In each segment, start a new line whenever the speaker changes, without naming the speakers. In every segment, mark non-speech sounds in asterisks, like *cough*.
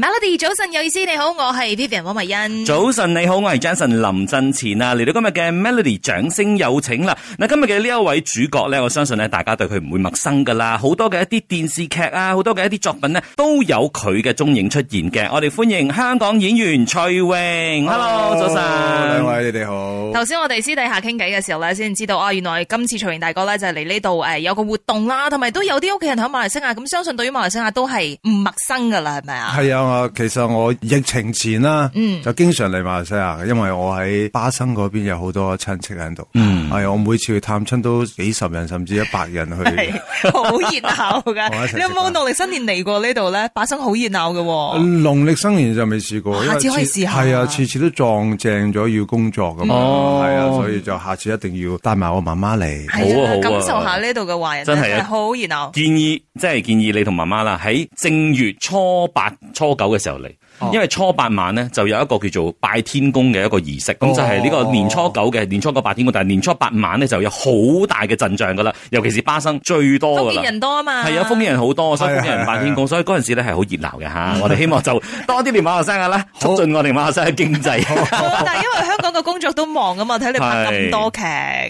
Melody 早晨有意思，你好，我係 Vivian 黃慧欣。
早晨，你好，我係 Jason 林振前啊，嚟到今日嘅 Melody 掌聲有請啦。嗱，今日嘅呢一位主角咧，我相信咧大家對佢唔會陌生噶啦，好多嘅一啲電視劇啊，好多嘅一啲作品咧都有佢嘅蹤影出現嘅。我哋歡迎香港演員崔穎，Hello，早
哦兩
晨。
位你哋好。
頭先我哋私底下傾偈嘅時候咧，先知道啊，原來今次徐榮大哥咧就係嚟呢度誒有個活動啦，同埋都有啲屋企人喺馬來西亞，咁相信對於馬來西亞都係唔陌生噶啦，係咪啊？
係啊，我其實我疫情前啦，
嗯
就經常嚟馬來西亞嘅，因為我喺巴生嗰邊有好多親戚喺度。
嗯
係啊，我每次去探親都幾十人甚至一百人
*laughs*
去。
係好
*laughs*
熱鬧
我一齊
噶，
食飯
你有冇農曆新年嚟過呢度咧？把生好熱鬧嘅，
嗯
農曆新年就未試過，因為
哦下次可以
次
試下
係啊，次次都撞正咗要工作咁嘛，
哦
係啊，所以就下次一定要帶埋我媽媽嚟。
係
好啊好啊
感受下呢度嘅華人
真係啊
係好熱鬧。
建議即係建議你同媽媽啦，喺正月初八、初九嘅時候嚟，
哦
因為初八晚咧就有一個叫做拜天公嘅一個儀式，咁、
哦
就係呢個年初九嘅年初九拜天公，但係年初八晚咧就有好大嘅陣仗噶啦，尤其是巴生最多
福
噶
建
啦。
人多啊嘛，
係啊，福建人好多，所以
係啊嗯
福建人拜天
係
公，所以嗰陣時咧係好熱鬧嘅吓。我哋希望就多啲嚟馬來西亞啦，促進我哋馬來西亞經濟。
*laughs* 哦但係因為香港嘅工作都忙啊嘛，睇你拍咁
係
多劇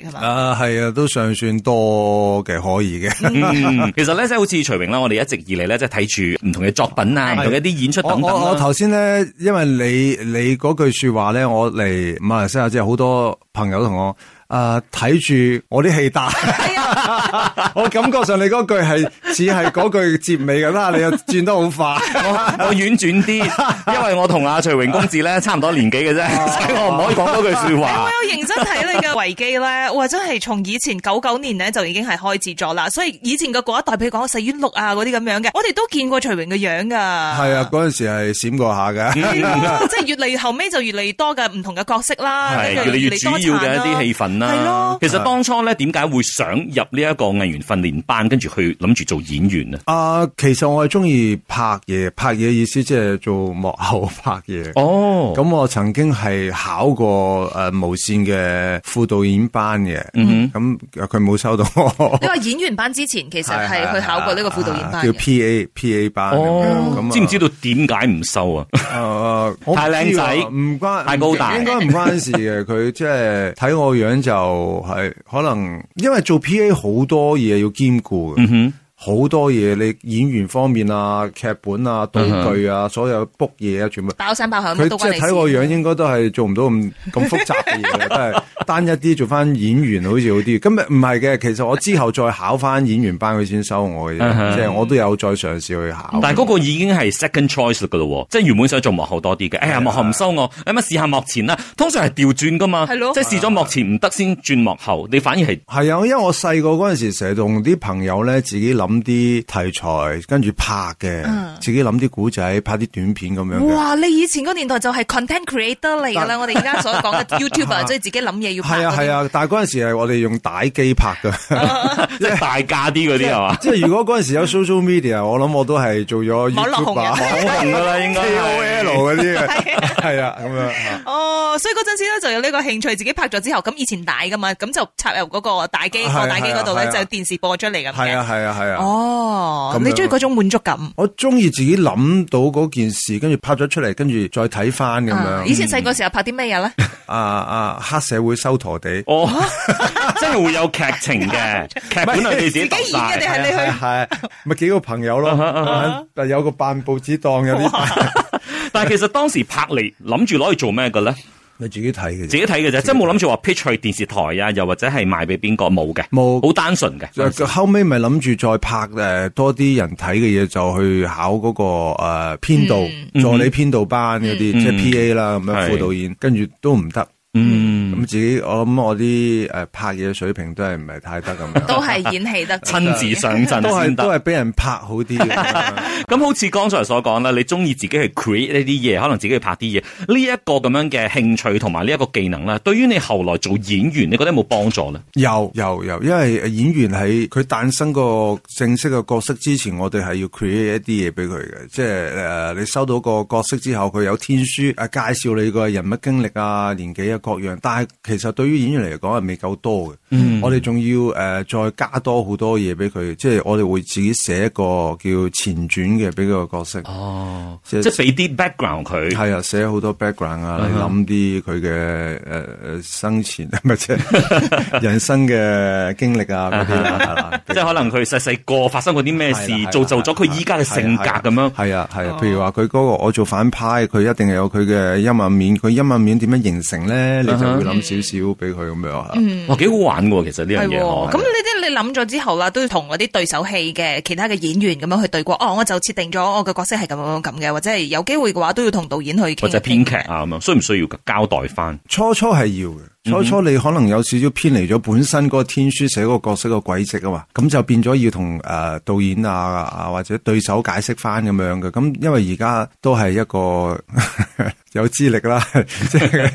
係嘛。
啊，係啊，都尚算多嘅，可以嘅。
嗯其實咧，即係好似徐榮啦，我哋一直以嚟咧，即係睇住唔同嘅作品啊，唔
係
同嘅一啲演出
我
等等
我我
啦。
頭先咧，因為你你嗰句说話咧，我嚟馬來西亞之後，好多朋友同我啊睇住我啲戲打， *laughs* 我感覺上你嗰句係似係嗰句結尾咁啦，你又轉得好快。
*laughs* 我婉轉
*laughs*
啲，因為我同阿徐榮公子咧差唔多年紀嘅啫，
啊
所以我唔可以講多句說話
我。有認真睇你嘅維基咧，哇！真係從以前九九年咧就已經係開始咗啦，所以以前嘅嗰一代，譬如講細冤六啊嗰啲咁樣嘅，我哋都見過徐榮嘅樣噶。
係啊，嗰陣時係閃過下嘅。
係咯，即係越嚟後尾就越嚟越多嘅唔同嘅角色啦，
係
跟
越
住
嚟越主要嘅一啲
戲。
氣氛
係
啦
咯。
其實當初咧，點解會想入呢一個藝員訓練班，跟住去諗住做演員啊？
啊，其實我係中意拍嘢，拍嘢意思即係做幕後 *laughs* 拍嘢。
哦，
咁我曾經係考過誒、呃、無線嘅副導演班嘅，
嗯
咁佢冇收到我。
你話演員班之前其實
係啊
係去考過呢個輔導演班嘅。
叫 P.A. P.A. 班
哦，
咁
知唔知道點解唔收啊？
道？誒，
太靚仔
我唔知啊喎唔關
太高大
應該唔關
*laughs*
事嘅。佢即係睇我樣就係可能，因為做 P.A. 好多嘢要兼顧嘅。
嗯
好多嘢，你演員方面啊、劇本啊、道具
嗯
啊、所有 book 嘢啊，全部
爆山爆
佢
響都
即
關你
係
事。
睇我樣，應該都係做唔到咁咁複雜
*laughs*
嘅嘢，都係單一啲做翻演員好似好啲。咁唔係嘅，其實我之後再考翻演員班，佢先收我嘅
嗯哼
啫，即係我都有再嘗試去考
哼，。但係嗰個已經係 second choice 噶咯喎，即係原本想做幕後多啲嘅。哎呀，幕後唔收我，咁啊試下幕前啦。通常係調轉噶嘛，
係咯
即係試咗幕前唔得先轉幕後，你反而
*laughs*
係
係啊，因為我細個嗰陣時，成日同啲朋友咧自己諗啲題材，跟住拍嘅，自己諗啲古仔，拍啲短片咁樣嘅。
嗯哇！你以前嗰年代就係 content creator 嚟噶啦，
但啊
我哋而家所
*laughs*
講嘅 YouTuber 即係自己諗嘢要拍
係啊
嗰啲
係啊，但係嗰陣時係我哋用帶機拍嘅， *laughs*
即係大價啲嗰啲係嘛？
即係如果嗰陣時有 social media，我諗我都係做咗
網絡
YouTube 啊
紅
好紅噶啦，應該
K O
係
L 嗰啲嘅，係啊咁樣。
哦，所以嗰陣時咧就有呢個興趣，自己拍咗之後，咁以前帶噶嘛，咁就插入嗰個大機
係啊
放大機嗰度咧，
係啊
就電視播出嚟咁
係
嘅。
啊係啊係啊，
哦，
咁樣
你中意嗰種滿足感。
我中意自己諗到嗰件事，跟住拍咗出嚟，跟住再睇翻咁
啊以
樣。嗯
前細個時候拍啲咩嘢
*laughs*
咧？
啊啊，黑社會收陀地。
哦， *laughs* 即係會有劇情 *laughs* 嘅，劇本係你自己讀
自己演嘅
晒
定。係你去
係咪幾個朋友咯？但有個扮報紙檔，有啲
但係其實當時拍嚟諗住攞去做咩嘅咧？
*laughs* 你自己睇嘅
自己
啫。
睇嘅啫，即係冇諗住話 pitch 去電視台啊，又或者係賣俾邊個冇嘅，
冇
好單純嘅。
就後尾咪諗住再拍誒多啲人睇嘅嘢，就去考嗰個誒編導助理編導班嗰啲，即係 P.A. 啦咁樣
係
副導演，跟住都唔得。
嗯，
咁自己我諗我啲誒拍嘢水平都係唔係太得咁樣。
*laughs* 都係演戲得
親自上陣
都
先
係都
得。
係俾人拍好啲嘅。
咁好似剛才所講啦，你中意自己去 create 呢啲嘢，可能自己去拍啲嘢，呢一個咁樣嘅興趣同埋呢一個技能啦，對於你後來做演員，你覺得有冇幫助咧？
有有有，因為演員喺佢誕生個正式嘅角色之前，我哋係要 create 一啲嘢俾佢嘅，即係誒、呃你收到個角色之後，佢有天書啊，介紹你個人物經歷啊、年紀啊各樣，但係其實對於演員嚟講係未夠多嘅。我哋仲要誒、呃再加多好多嘢俾佢，即係我哋會自己寫一個叫前傳嘅俾佢個角色。
哦，
即
即
係
係俾啲 background 佢。
係啊，寫好多 background 啊，你諗啲佢嘅誒誒生前， *laughs* 唔係即
*laughs*
係人生嘅經歷啊嗰啲啦，係啦
即係可能佢細細個發生過啲咩事，造就咗佢依家嘅性格咁樣。哦
係啊係啊，譬如話佢嗰個我做反派，佢一定係有佢嘅陰暗面，佢陰暗面點樣形成咧？
啊
你就會諗少少俾佢咁樣啊。
哇，幾好玩嘅喎！其實呢
嗯係
樣嘢，
喎，咁
嗬
你啲你諗咗之後啦，都要同嗰啲對手戲嘅其他嘅演員咁樣去對過。哦，我就設定咗我嘅角色係咁樣咁嘅，或者係有機會嘅話都要同導演去傾
或者
一傾
編劇啊咁樣，需唔需要交代翻？
初初係要嘅，初初你可能有少少偏離咗本身嗰個天書寫嗰個角色嘅軌跡啊嘛，咁就變咗要同誒、呃、導演啊啊或者對手解釋翻咁樣嘅，咁因為而家都係一個 *laughs* 有資歷啦， *laughs* 即係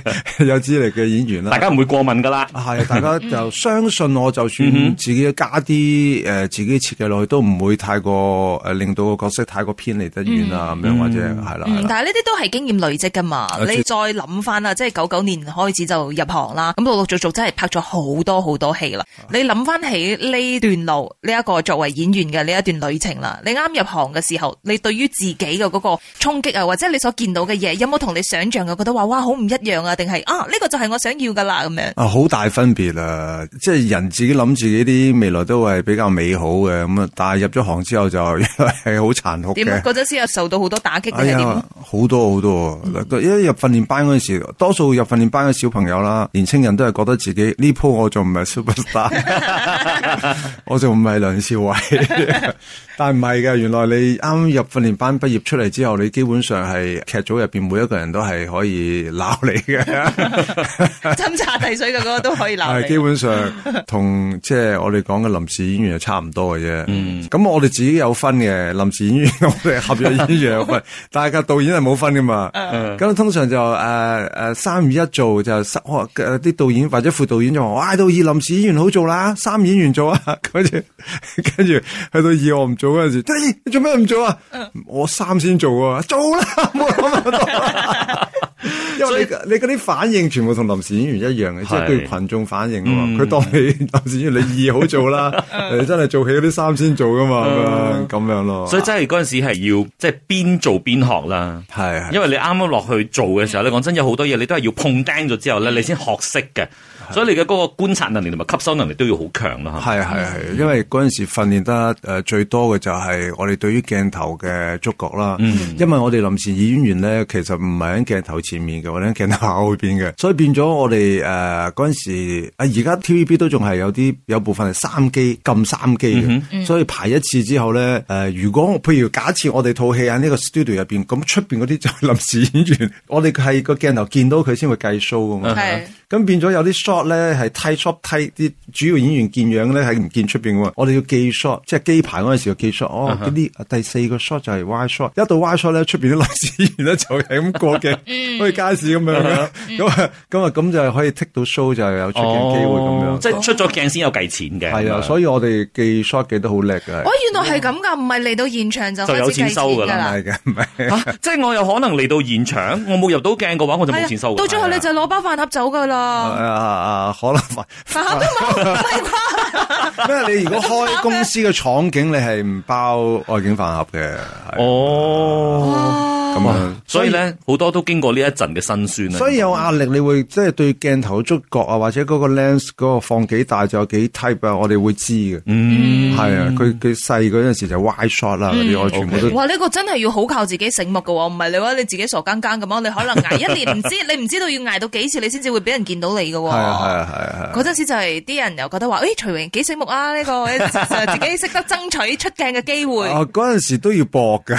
*laughs* 有資歷嘅演員
大
啦。
家唔會過問噶啦。
係，大家就相信我，就算自己加啲誒、呃自己設計落去，都唔會太過誒、呃令到個角色太過偏離得遠啊咁樣，或者係啦。係
嗯，
啦
但係呢啲都係經驗累積噶嘛。
啊
你再諗翻啦，即係九九年開始就入行啦，咁陸陸續續真係拍咗好多好多戲啦。
啊
你諗翻起呢段路，呢、一個作為演員嘅呢一段旅程啦，你啱入行嘅時候，你對於自己嘅嗰個衝擊啊，或者你所見到嘅嘢，有冇同你想象嘅覺得話哇好唔一樣啊？定係啊呢、個就係我想要噶啦咁樣？
啊，好大分別啊！即係人自己諗自己啲未來都係比較美好嘅咁啊，但係入咗行之後就 *laughs* 係好殘酷
點啊
嘅。
嗰陣時又受到好多打擊定
哎
係點嗯
呀
啊？，
好多好多，嗱一入訓練班嗰陣時，多數入訓練班嘅小朋友啦，年青人都係覺得自己呢鋪我仲唔係 superstar，我
*laughs*
*laughs* 仲唔係梁朝偉， *laughs* 但唔係嘅，原來你啱入訓練班畢業出嚟之後，你基本上係劇組入邊每一個人都係可以鬧你嘅。
斟茶遞水嘅嗰個都可以鬧
係基
你。
本上 *laughs* 同即係我哋講嘅臨時演員係差唔多嘅啫。咁、我哋自己有分嘅臨時演員，我哋合約演員有 *laughs* 分，但係個導演係冇分噶嘛。咁、通常就誒誒三二一做就三哦誒啲導演或者副導演就話：，哇，到二臨時演員好做啦，三演員做啊。 *laughs* 跟住跟住去到二我唔做嗰陣時，咦你做咩唔做啊？我三先做啊，做啦，冇諗咁 *laughs* 多啦。因為你你嗰啲反應全部同臨時演員一樣嘅，即係
係
對群眾反應啊
嗯
嘛。佢當你 *laughs* 臨時演員你二好做
*laughs*
啦，你真係做起嗰啲三先做噶嘛，咁樣咯。
嗯所以真係嗰陣時係要即係邊做邊學啦。
係係
因為你啱啱落去做嘅時候咧，講真有好多嘢你都係要碰釘咗之後咧，你先學識嘅。所以你嘅嗰個觀察能力同埋吸收能力都要好強咯。嚇
係啊係係，因為嗰陣時訓練得誒最多嘅就係我哋對於鏡頭嘅觸覺啦。因為我哋臨時演員咧，其實唔係喺鏡頭前面嘅，我哋喺鏡頭後邊嘅，所以變咗我哋誒嗰陣時啊，而家 TVB 都仲係有啲有部分係三機撳三機嘅，所以排一次之後咧誒、如果譬如假設我哋套戲喺呢個 studio 入邊，咁出邊嗰啲就係臨時演員，我哋係個鏡頭見到佢先會計 show 噶嘛。
係
咁變咗有啲 shot 咧係 tight shot tight 啲主要演員見樣咧係唔見出邊喎，我哋要記 shot，即係機排嗰陣時要記 shot。哦，
Uh-huh
嗰啲第四個 shot 就係 Y shot，一到 Y shot 咧出邊啲臨時演員咧就係咁過
*laughs*
嘅，
嗯
好似街市咁樣嘅。
Uh-huh
咁啊咁啊咁就可以 take 到 show 就有出鏡機會咁樣。
哦即係出咗鏡先有計錢嘅。
係啊，所以我哋記 shot 記得好叻啊嘅，
哦，原來係咁噶，唔係嚟到現場就
就
開
有
始
錢
計
收㗎
錢㗎
啦
啦。
係嘅，唔係。
嚇即係我有可能嚟到現場，我冇入到鏡嘅話，我就
係
冇
啊
錢收㗎。
到最後
係啊
你就攞包飯盒走噶
哦
*laughs* 啊
啦，
啊啊！可能飯
飯盒都冇，唔係啩？
因為你如果開公司嘅廠景，你係唔包外景飯盒嘅，係
哦，
咁啊樣。
所以咧好多都經過呢一陣嘅辛酸啊。
所以有壓力，你會即係對鏡頭觸覺啊，或者嗰個 lens 嗰個放幾大就有幾 type 啊，我哋會知嘅。嗯，係啊，佢佢細嗰陣時就 wide shot 啦，嗰啲我全部都。
哇！呢個真係要好靠自己醒目噶，唔係你話你自己傻更更咁樣，你可能捱一年唔
*laughs*
知，你唔知道要捱到幾次你先至會俾人見到你噶。
係啊係啊係啊係啊！
嗰陣時就係啲人又覺得話，誒徐榮幾醒目啊！呢個自己識得爭取出鏡嘅機會，
哦
啊，嗰陣時都要搏㗎，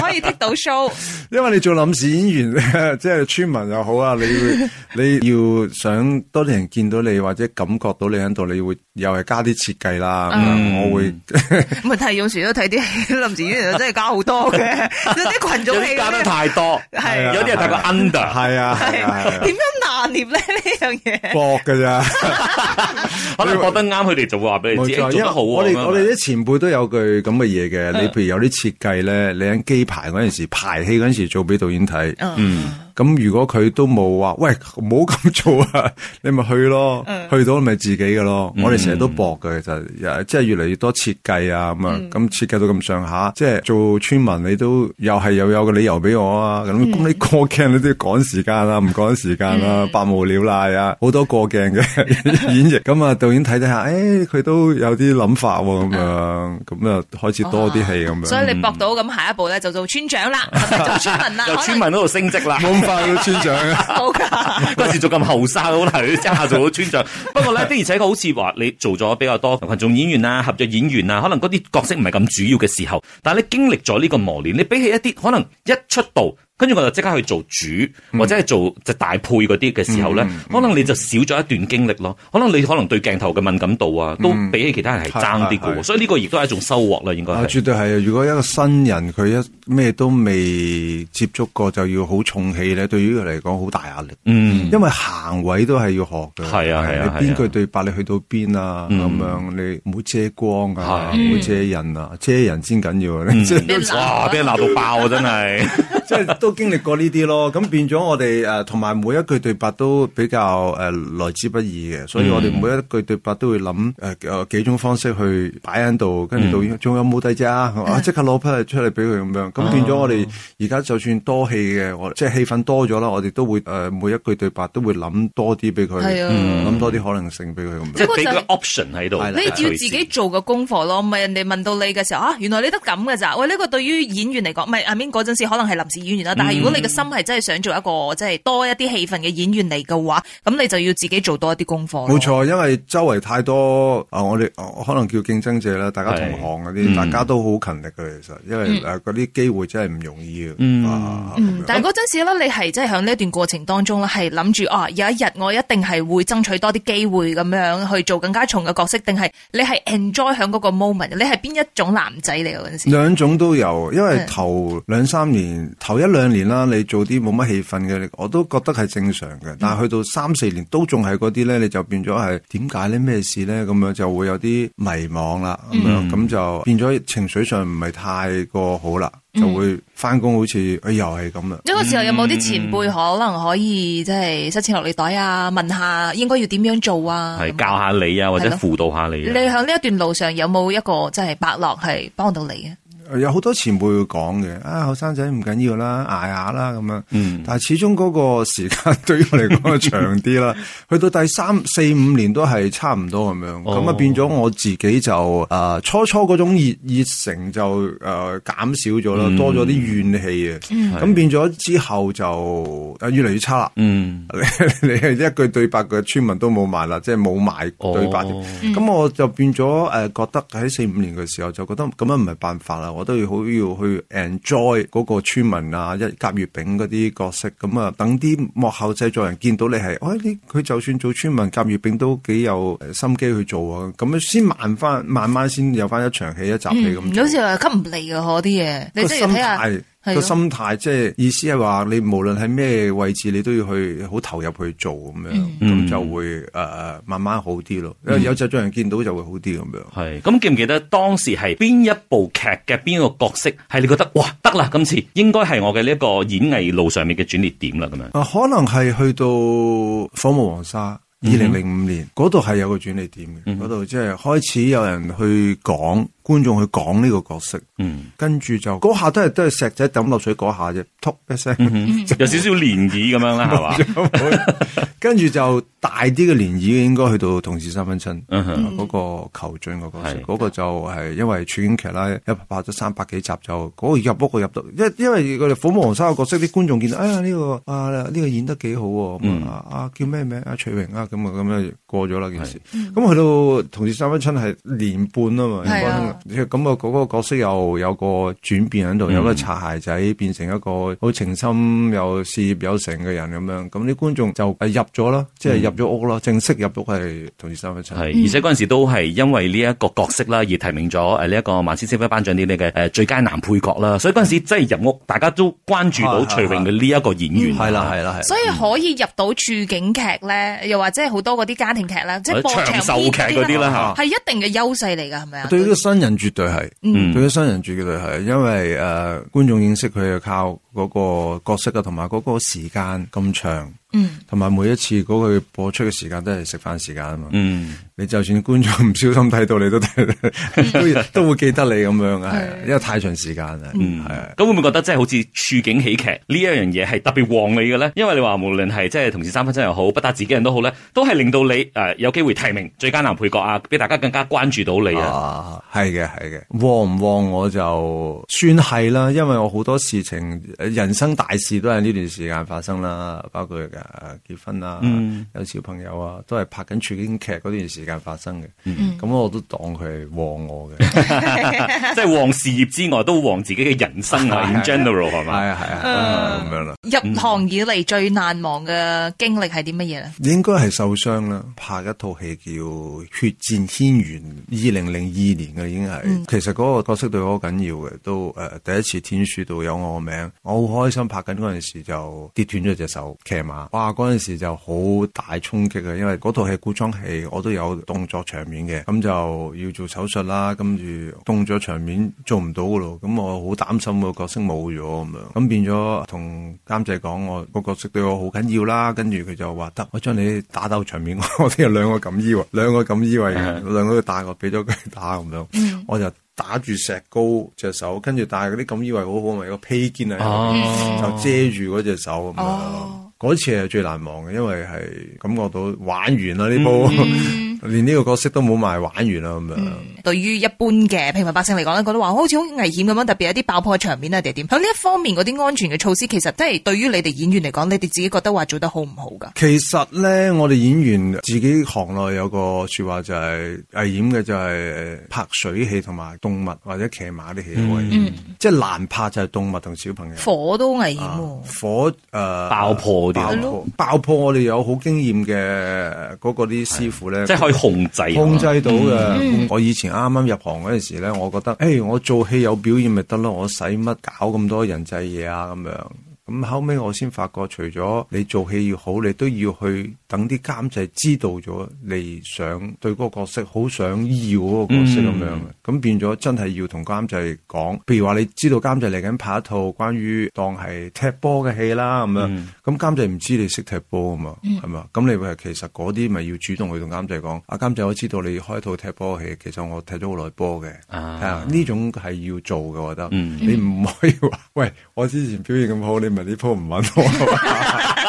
可以剔到 show。
*laughs* 因為你做臨時演員 *laughs* 咧，即係村民又好啊，你會 *laughs* 你要想多啲人見到你，或者感覺到你喺度，你會又係加啲設計啦。咁樣我會
唔啊係睇勇士都睇啲臨時演員真係加好多
*laughs*
嘅，有啲群
有
眾戲
啲加得
嗰啲
太多，
係
有啲人太過 under。
啊係啊係啊係
係 *laughs*
啊
點樣拿捏咧呢樣嘢？
搏㗎咋。
可能覺得啱，佢哋就會話俾你
冇
知，
錯，
誒做
因為
得好
我哋我哋
啲
啲前輩都有句咁嘅嘢
嗯
嘅，你譬如有啲設計咧，你喺機排嗰陣時排戲嗰陣時做俾導演睇，咁、
嗯
咁如果佢都冇話，喂，唔好咁做啊，你咪去咯，
嗯
去到咪自己嘅咯。我哋成日都搏嘅，其實即係越嚟越多設計啊
嗯
咁啊，咁設計到咁上下，即係做村民你都又係又有個理由俾我啊。咁
嗯
咁你過鏡你都要趕時間啊啦，唔趕時間啦，百無聊賴啊，好多過鏡
*laughs*
嘅演繹。咁啊，導演睇睇下，誒佢都有啲諗法喎咁樣，咁啊開始多啲戲咁樣。
所以你搏到咁，下一步咧就做村長
*laughs*
啦，或者做村民啦，
由村民嗰度升職啦。
冇咁快到村長啊！ *laughs*
好噶。
*laughs* 嗰時仲咁後生，好難一下做到 *laughs* 村長。不過咧，的而且確好似話你做咗比較多群眾演員啊、合作演員啊，可能嗰啲角色唔係咁主要嘅時候，但係你經歷咗呢個磨練，你比起一啲可能一出道。跟住我就即刻去做主，或者係做就大配嗰啲嘅時候咧，可能你就少咗一段經歷咯。可能你可能對鏡頭嘅敏感度啊，都比起其他人係爭啲嘅
係係
喎。
係
所以呢個亦都係一種收穫啦，應該
啊，
係。
絕對係啊！如果一個新人佢一咩都未接觸過，就要好重戲咧，對於佢嚟講好大壓力。
嗯， *laughs*
因為行位都係要學嘅，
係啊係啊係
你邊
啊
句對白你去到邊啊？咁
嗯
樣你唔好遮光啊，
係嗯
唔好遮人啊，遮人先緊要啊！你遮
俾人鬧啊
哇！俾人鬧到爆啊，真係。
*laughs*
即係都經歷過呢啲咯，咁變咗我哋誒同埋每一句對白都比較誒、呃來之不易嘅，所以我哋每一句對白都會
嗯
諗誒誒幾種方式去擺喺度，跟住導演仲有冇第隻啊？啊即刻攞批出嚟俾佢咁樣，
嗯
咁變咗我哋
哦
而家就算多戲嘅，我即係戲份多咗啦，我哋都會誒、呃每一句對白都會諗多啲俾佢，
係啊
諗多啲可能性俾佢咁
即
樣。
係俾個 option 喺度，
係啦
你
係
要
啦
自己做個功課咯，唔係人哋問到你嘅時候啊，原來你得咁嘅咋？喂，呢、個對於演員嚟講，唔係阿 Min 嗰陣時可能係臨時演員啦，
嗯
但係如果你嘅心係真係想做一個即係多一啲戲份嘅演員嚟嘅話，咁你就要自己做多一啲功課。
冇，錯，因為周圍太多啊，我哋我可能叫競爭者啦，大家
係
同行嗰
嗯
啲，大家都好勤力嘅，其實，因為誒嗰啲機會真係唔容易嘅。
嗯
啊
嗯
咁，樣
但係嗰陣時咧，你係即係喺呢一段過程當中咧，係諗住啊，有一日我一定係會爭取多啲機會咁樣去做更加重嘅角色，定係你係 enjoy 喺嗰個 moment？你係邊一種男仔嚟嘅嗰陣時？
兩種都有，因為
係
頭兩三年、頭一兩年啦，你做啲冇乜氣氛嘅，我都覺得係正常
嗯
嘅。但係去到三四年都仲係嗰啲咧，你就變咗係點解咧？咩事咧？咁樣就會有啲迷茫啦，咁
嗯
樣咁就變咗情緒上唔係太過好啦，
嗯
就會翻工好似哎又係咁啦。
呢個時候有冇啲前輩可能可以即係塞錢落你袋啊？問下應該要點樣做啊？
係教下你啊，或者
係咯
輔導下你
你
啊。
喺呢一段路上有冇一個即係伯樂係幫到你嘅？
有好多前輩會講嘅，啊後生仔唔緊要啦，捱下啦咁樣。
嗯
但係始終嗰個時間對於我嚟講係長
*laughs*
啲啦，去到第三四五年都係差唔多咁樣，咁啊、
哦
變咗我自己就誒、呃初初嗰種熱熱誠就誒、呃、減少咗啦，
嗯
多咗啲怨氣啊，咁、變咗之後就呃越嚟越差啦。
嗯，
你你係一句對白嘅村民都冇埋啦，即係冇埋對白嘅
哦
咁、我就變咗誒、呃，覺得喺四五年嘅時候就覺得咁樣啊唔係辦法啦，我都要好要去 enjoy 嗰個村民啊、一甲月餅嗰啲角色，咁啊等啲幕後製作人見到你係，哎呢佢就算做村民甲月餅都幾有呃心機去做啊，咁樣先慢翻，慢慢先有翻一場戲一集戲咁
嗯，
做。
有時係吸唔嚟嘅嗰啲嘢，你
個
即係要
心
睇下
態，
係
個
咯
心態即係意思係話，你無論喺咩位置，你都要去好投入去做咁樣，咁、
嗯
就會誒、呃慢慢好啲咯。
嗯
因為有製作人見到就會好啲咁樣。
係。咁記唔記得當時係邊一部劇嘅邊一個角色係你覺得哇得啦，今次應該係我嘅呢一個演藝路上面嘅轉捩點啦，咁樣。
啊，可能係去到火舞黃沙。二零零五年嗰度係有個轉捩點嘅，嗰度即係開始有人去講，觀眾去講呢個角色，
嗯，
跟住就嗰下都係都係石仔抌落水嗰下啫，突一聲，
嗯有少少漣漪咁樣啦，
*laughs*
係嘛？
嗯跟住就大啲嘅漣漪應該去到同事三分親。
嗯哼
嗰個球進嗰個角色
係
嗰個就係因為處境劇啦，一拍咗三百幾集就嗰、個入屋個入到，因因為佢哋虎魔黃沙嘅角色，啲觀眾見到，哎呀呢、個啊呢、個演得幾好喎，咁
嗯
啊啊叫咩名啊徐榮啊咁啊咁樣過咗啦件事，咁去到同事三分親係年半啊嘛，
係啊
年半咁啊嗰個角色又有個轉變喺度，
嗯
有個擦鞋仔變成一個好情深又事業有成嘅人咁樣，咁啲觀眾就誒入咗啦，即係入咗屋啦，正式入屋係同事三分親。
係，而且嗰陣時都係因為呢一個角色啦，而提名咗呃誒呢一個萬千星輝頒獎典禮嘅誒最佳男配角啦，所以嗰陣時真係入屋，大家都關注到
係係嗯
徐榮嘅呢一個演員。啊
係啦，係啦，係。
所以可以入到處境劇咧，又或者係好多嗰啲家庭劇啦，即係播
長壽
篇
劇嗰啲啦
係一定嘅優勢嚟㗎，係咪啊？
對於個新人絕對係，
嗯
對於新人絕對係，因為誒、呃、觀眾認識佢係靠個嗰個角色啊，同埋嗰個時間咁長，
嗯，
同埋每一次嗰個播出嘅時間都係食飯時間啊嘛。
嗯，
你就算觀眾唔小心睇到你都都都會記得你咁樣啊，係啊因為太長時間啦，係啊。
咁會唔會覺得即係好似處境喜劇呢一樣嘢係特別旺你嘅咧？因為你話無論係即係同事三分真又好，不打自己人都好咧，都係令到你誒、呃有機會提名最佳男配角啊，俾大家更加關注到你啊。
啊，係嘅，係嘅，旺唔旺我就算係啦，因為我好多事情，呃人生大事都係呢段時間發生啦，包括誒結婚啊，有小朋友啊，都係拍緊處境劇嗰段時間發生嘅。咁、我都當佢係旺我嘅，係
即係旺事業之外，都旺自己嘅人生啊。in general 係
*laughs*
嘛？
啊係啊，咁樣啦。
入行以嚟最難忘嘅經歷係啲乜嘢咧？
應該係受傷啦，拍一套戲叫《血戰軒轅》，二零零二年嘅已經係。其實嗰個角色對我好緊要嘅，都誒、呃第一次天書度有我個名，我好開心拍緊嗰陣時就跌斷咗隻手，騎馬，哇！嗰陣時就好大衝擊啊，因為嗰套戲古裝戲，我都有動作場面嘅，咁就要做手術啦，跟住動作場面做唔到噶咯，咁我好擔心個角色冇咗咁樣，咁變咗同監製講我個角色對我好緊要啦，跟住佢就話得，我將你打鬥場面， *laughs* 我哋有兩個錦衣衛，兩個錦衣衛嘅，兩個都打我俾咗佢 *laughs* 打咁樣，我就。打住石膏隻手，跟住但係嗰啲錦衣衛好好咪有個披肩喺
哦
度，就遮住嗰隻手咁樣
哦
咯。嗰次係最難忘嘅，因為係感覺到玩完啦呢部，
嗯
*laughs* 連呢個角色都冇埋，玩完啦咁樣。
對於一般嘅平民百姓嚟講咧，覺得話好似好危險咁樣，特別有啲爆破嘅場面啊，定係點？喺呢一方面嗰啲安全嘅措施，其實真係對於你哋演員嚟講，你哋自己覺得話做得好唔好噶？
其實咧，我哋演員自己行內有個説話就係、危險嘅就係拍水戲同埋動物或者騎馬啲戲好
嗯
危險，
嗯
即係難拍就係動物同小朋友。
火都危險
啊
喎，
火誒、呃
爆破嗰啲啊
爆
係
破
咯
爆破我哋有好經驗嘅嗰個啲師傅咧，
即係可以控制嗯啊。
控制到嘅。我以前啱啱入行嗰陣時咧，我覺得，誒、我做戲有表現咪得咯，我使乜搞咁多人際嘢啊咁樣。咁後尾我先發覺，除咗你做戲要好，你都要去等啲監製知道咗你想對嗰個角色好想要嗰個角色咁
嗯
樣。咁、變咗真係要同監製講，譬如話你知道監製嚟緊拍一套關於當係踢波嘅戲啦咁樣，
嗯
咁、監製唔知你識踢波啊嘛，
嗯
係嘛、咁你咪其實嗰啲咪要主動去同監製講，啊監製我知道你開一套踢波嘅戲，其實我踢咗好耐波嘅，
啊
啊呢種係要做嘅，我覺得，
嗯
你唔可以話，喂我之前表現咁好，你咪呢鋪唔揾
*laughs*
我。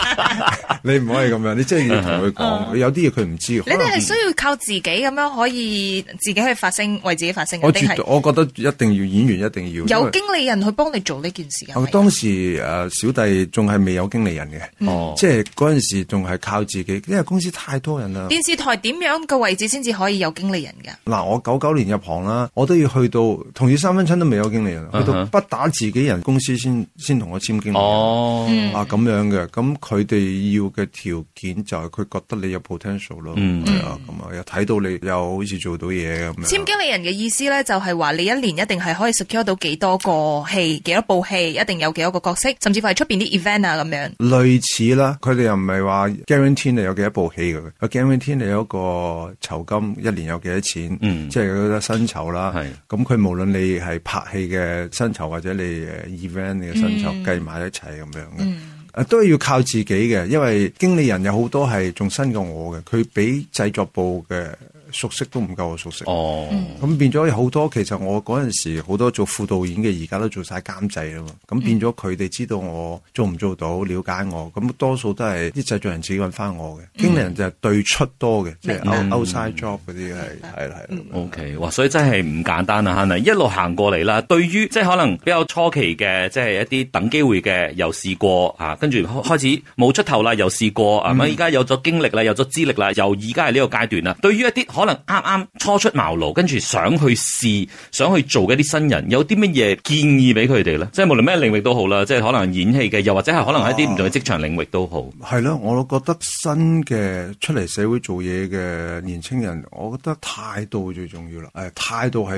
你唔可以咁樣，你真係要同佢講，有啲嘢佢唔知。
嗯哦你哋係需要靠自己咁樣可以自己去發聲，為自己發聲嘅，
我
定
絕對
係
我覺得一定要演員一定要因
有
為
經理人去幫你做呢件事啊？
我當時誒、呃小弟仲係未有經理人嘅，
哦，
即係嗰陣時仲係靠自己，因為公司太多人啦。
電視台點樣嘅位置先至可以有經理人㗎？
嗱，我九九年入行啦，我都要去到同事三分親都未有經理人，去
嗯
到
哼
不打自己人公司先先同我簽經理人。
哦，
嗯
啊咁樣嘅，咁佢哋要嘅條件就係佢覺得你有 potential 咯，
嗯
係啊，咁啊又睇到你又好似做到嘢咁樣。
簽經理人嘅意思咧，就係話你一年一定係可以 secure 到幾多個戲、幾多部戲，一定有幾多個角色，甚至乎係出邊啲 event 啊咁樣。
類似啦，佢哋又唔係話 guarantee 你有幾多部戲嘅，佢 guarantee 你有一個酬金，一年有幾多錢，
嗯
即係有得薪酬啦
係。
咁佢無論你係拍戲嘅薪酬或者你誒 event 嘅薪酬
嗯
計埋一齊咁樣嘅。啊都係要靠自己嘅，因為經理人有好多係仲新過我嘅，佢比製作部嘅熟悉都唔夠我熟悉。
哦，
咁變咗有好多，其實我嗰陣時好多做副導演嘅，而家都做晒監製啦嘛。咁變咗佢哋知道我做唔做到，了解我。咁多數都係啲製作人自己揾翻我嘅，經理人就係對出多嘅，即係
明
out- outside job 嗰啲係係啦係啦。
O、k 哇！所以真係唔簡單啊，哈娜一路行過嚟啦。對於即係可能比較初期嘅，即係一啲等機會嘅，又試過啊，跟住開開始冇出頭啦，又試過啊。咁而家有咗經歷啦，有咗資歷啦，又而家係呢個階段啦。對於一啲可能啱啱初出茅廬，跟住想去試、想去做嘅啲新人，有啲乜嘢建議俾佢哋咧？即係無論咩領域都好啦，即係可能演戲嘅，又或者係可能係一啲唔同嘅職場領域都好。
係咯，我覺得新嘅出嚟社會做嘢嘅年青人，我覺得態度最重要啦。誒、態度係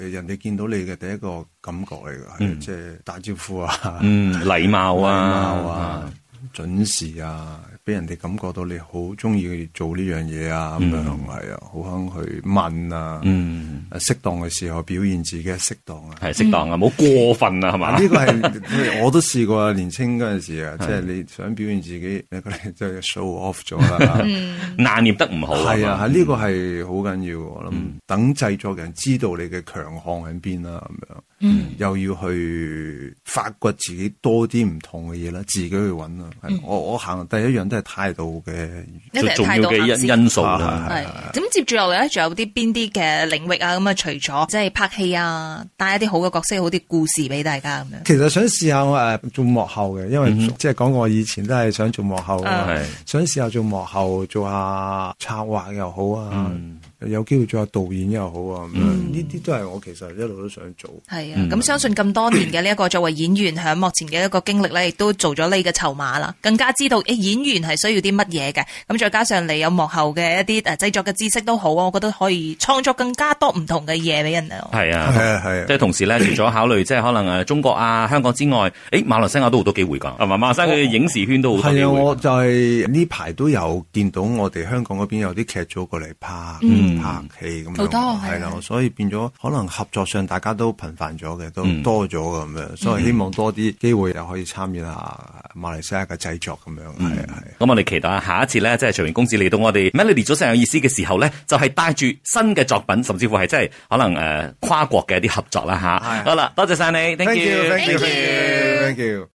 誒人哋見到你嘅第一個感覺嚟嘅，係即係打招呼啊。
嗯，禮貌
禮
啊，
貌啊、準時啊、俾人哋感覺到你好中意做呢樣嘢啊，咁樣係啊，好肯去問啊，
嗯，
啊適當嘅時候表現自己適當啊。
係適當啊，唔好過分啊，係嘛
呢？個係 *laughs* 我都試過啊，年青嗰陣時
嗯
啊，即係你想表現自己，你覺得真係 show off
*laughs*
咗啦。
拿捏得唔好
係啊，嗯
嘛
係呢個係好緊要嘅，我諗等製作人知道你嘅強項喺邊啦，咁樣，又要去發掘自己多啲唔同嘅嘢啦，自己去揾啦。係啊我我行第一樣都係態度嘅，
一定
最重
係態
要
度
嘅
行
因
先。
因素啊
啊
啦。
係咁接住落嚟咧，仲有啲邊啲嘅領域啊？咁啊，除咗即係拍戲啊，帶一啲好嘅角色、好啲故事俾大家咁樣。
其實想試下我誒做幕後嘅，因為即係講我以前都係想做幕後啊
係，
想試下做幕後，做下策劃又好啊，有機會做下導演又好啊，咁樣呢啲都係我其實一路都想做。
係啊，咁、相信咁多年嘅呢一個作為演員喺幕前嘅一個經歷咧，亦都做咗你嘅籌碼啦，更加知道誒、演員係需要啲乜嘢嘅。咁再加上你有幕後嘅一啲誒製作嘅知識都好啊，我覺得可以創作更加多唔同嘅嘢俾人哋。
係啊，
係啊係啊
即係同時咧，除咗考慮即係可能誒中國啊、香港之外，誒馬來西亞都好多機會㗎，係啊嘛？馬來西亞嘅影視圈都好多機
哦係啊，
會
我
㗎。
就係呢排都有見到我哋香港嗰邊有啲劇組過嚟拍、
嗯
拍戲咁樣，
好多
係啦
係，
所以變咗可能合作上大家都頻繁咗嘅，都
嗯
多咗咁樣，所以希望多啲機會又可以參與下馬來西亞嘅製作咁樣，係啊係啊。
咁我哋期待下一次咧，即係長元公子嚟到我哋 Melody 早上有意思嘅時候咧，就係帶住新嘅作品，甚至乎係即係可能呃誒跨國嘅一啲合作啦吓，
係
好啦，多謝晒你，thank you，thank
you，thank you。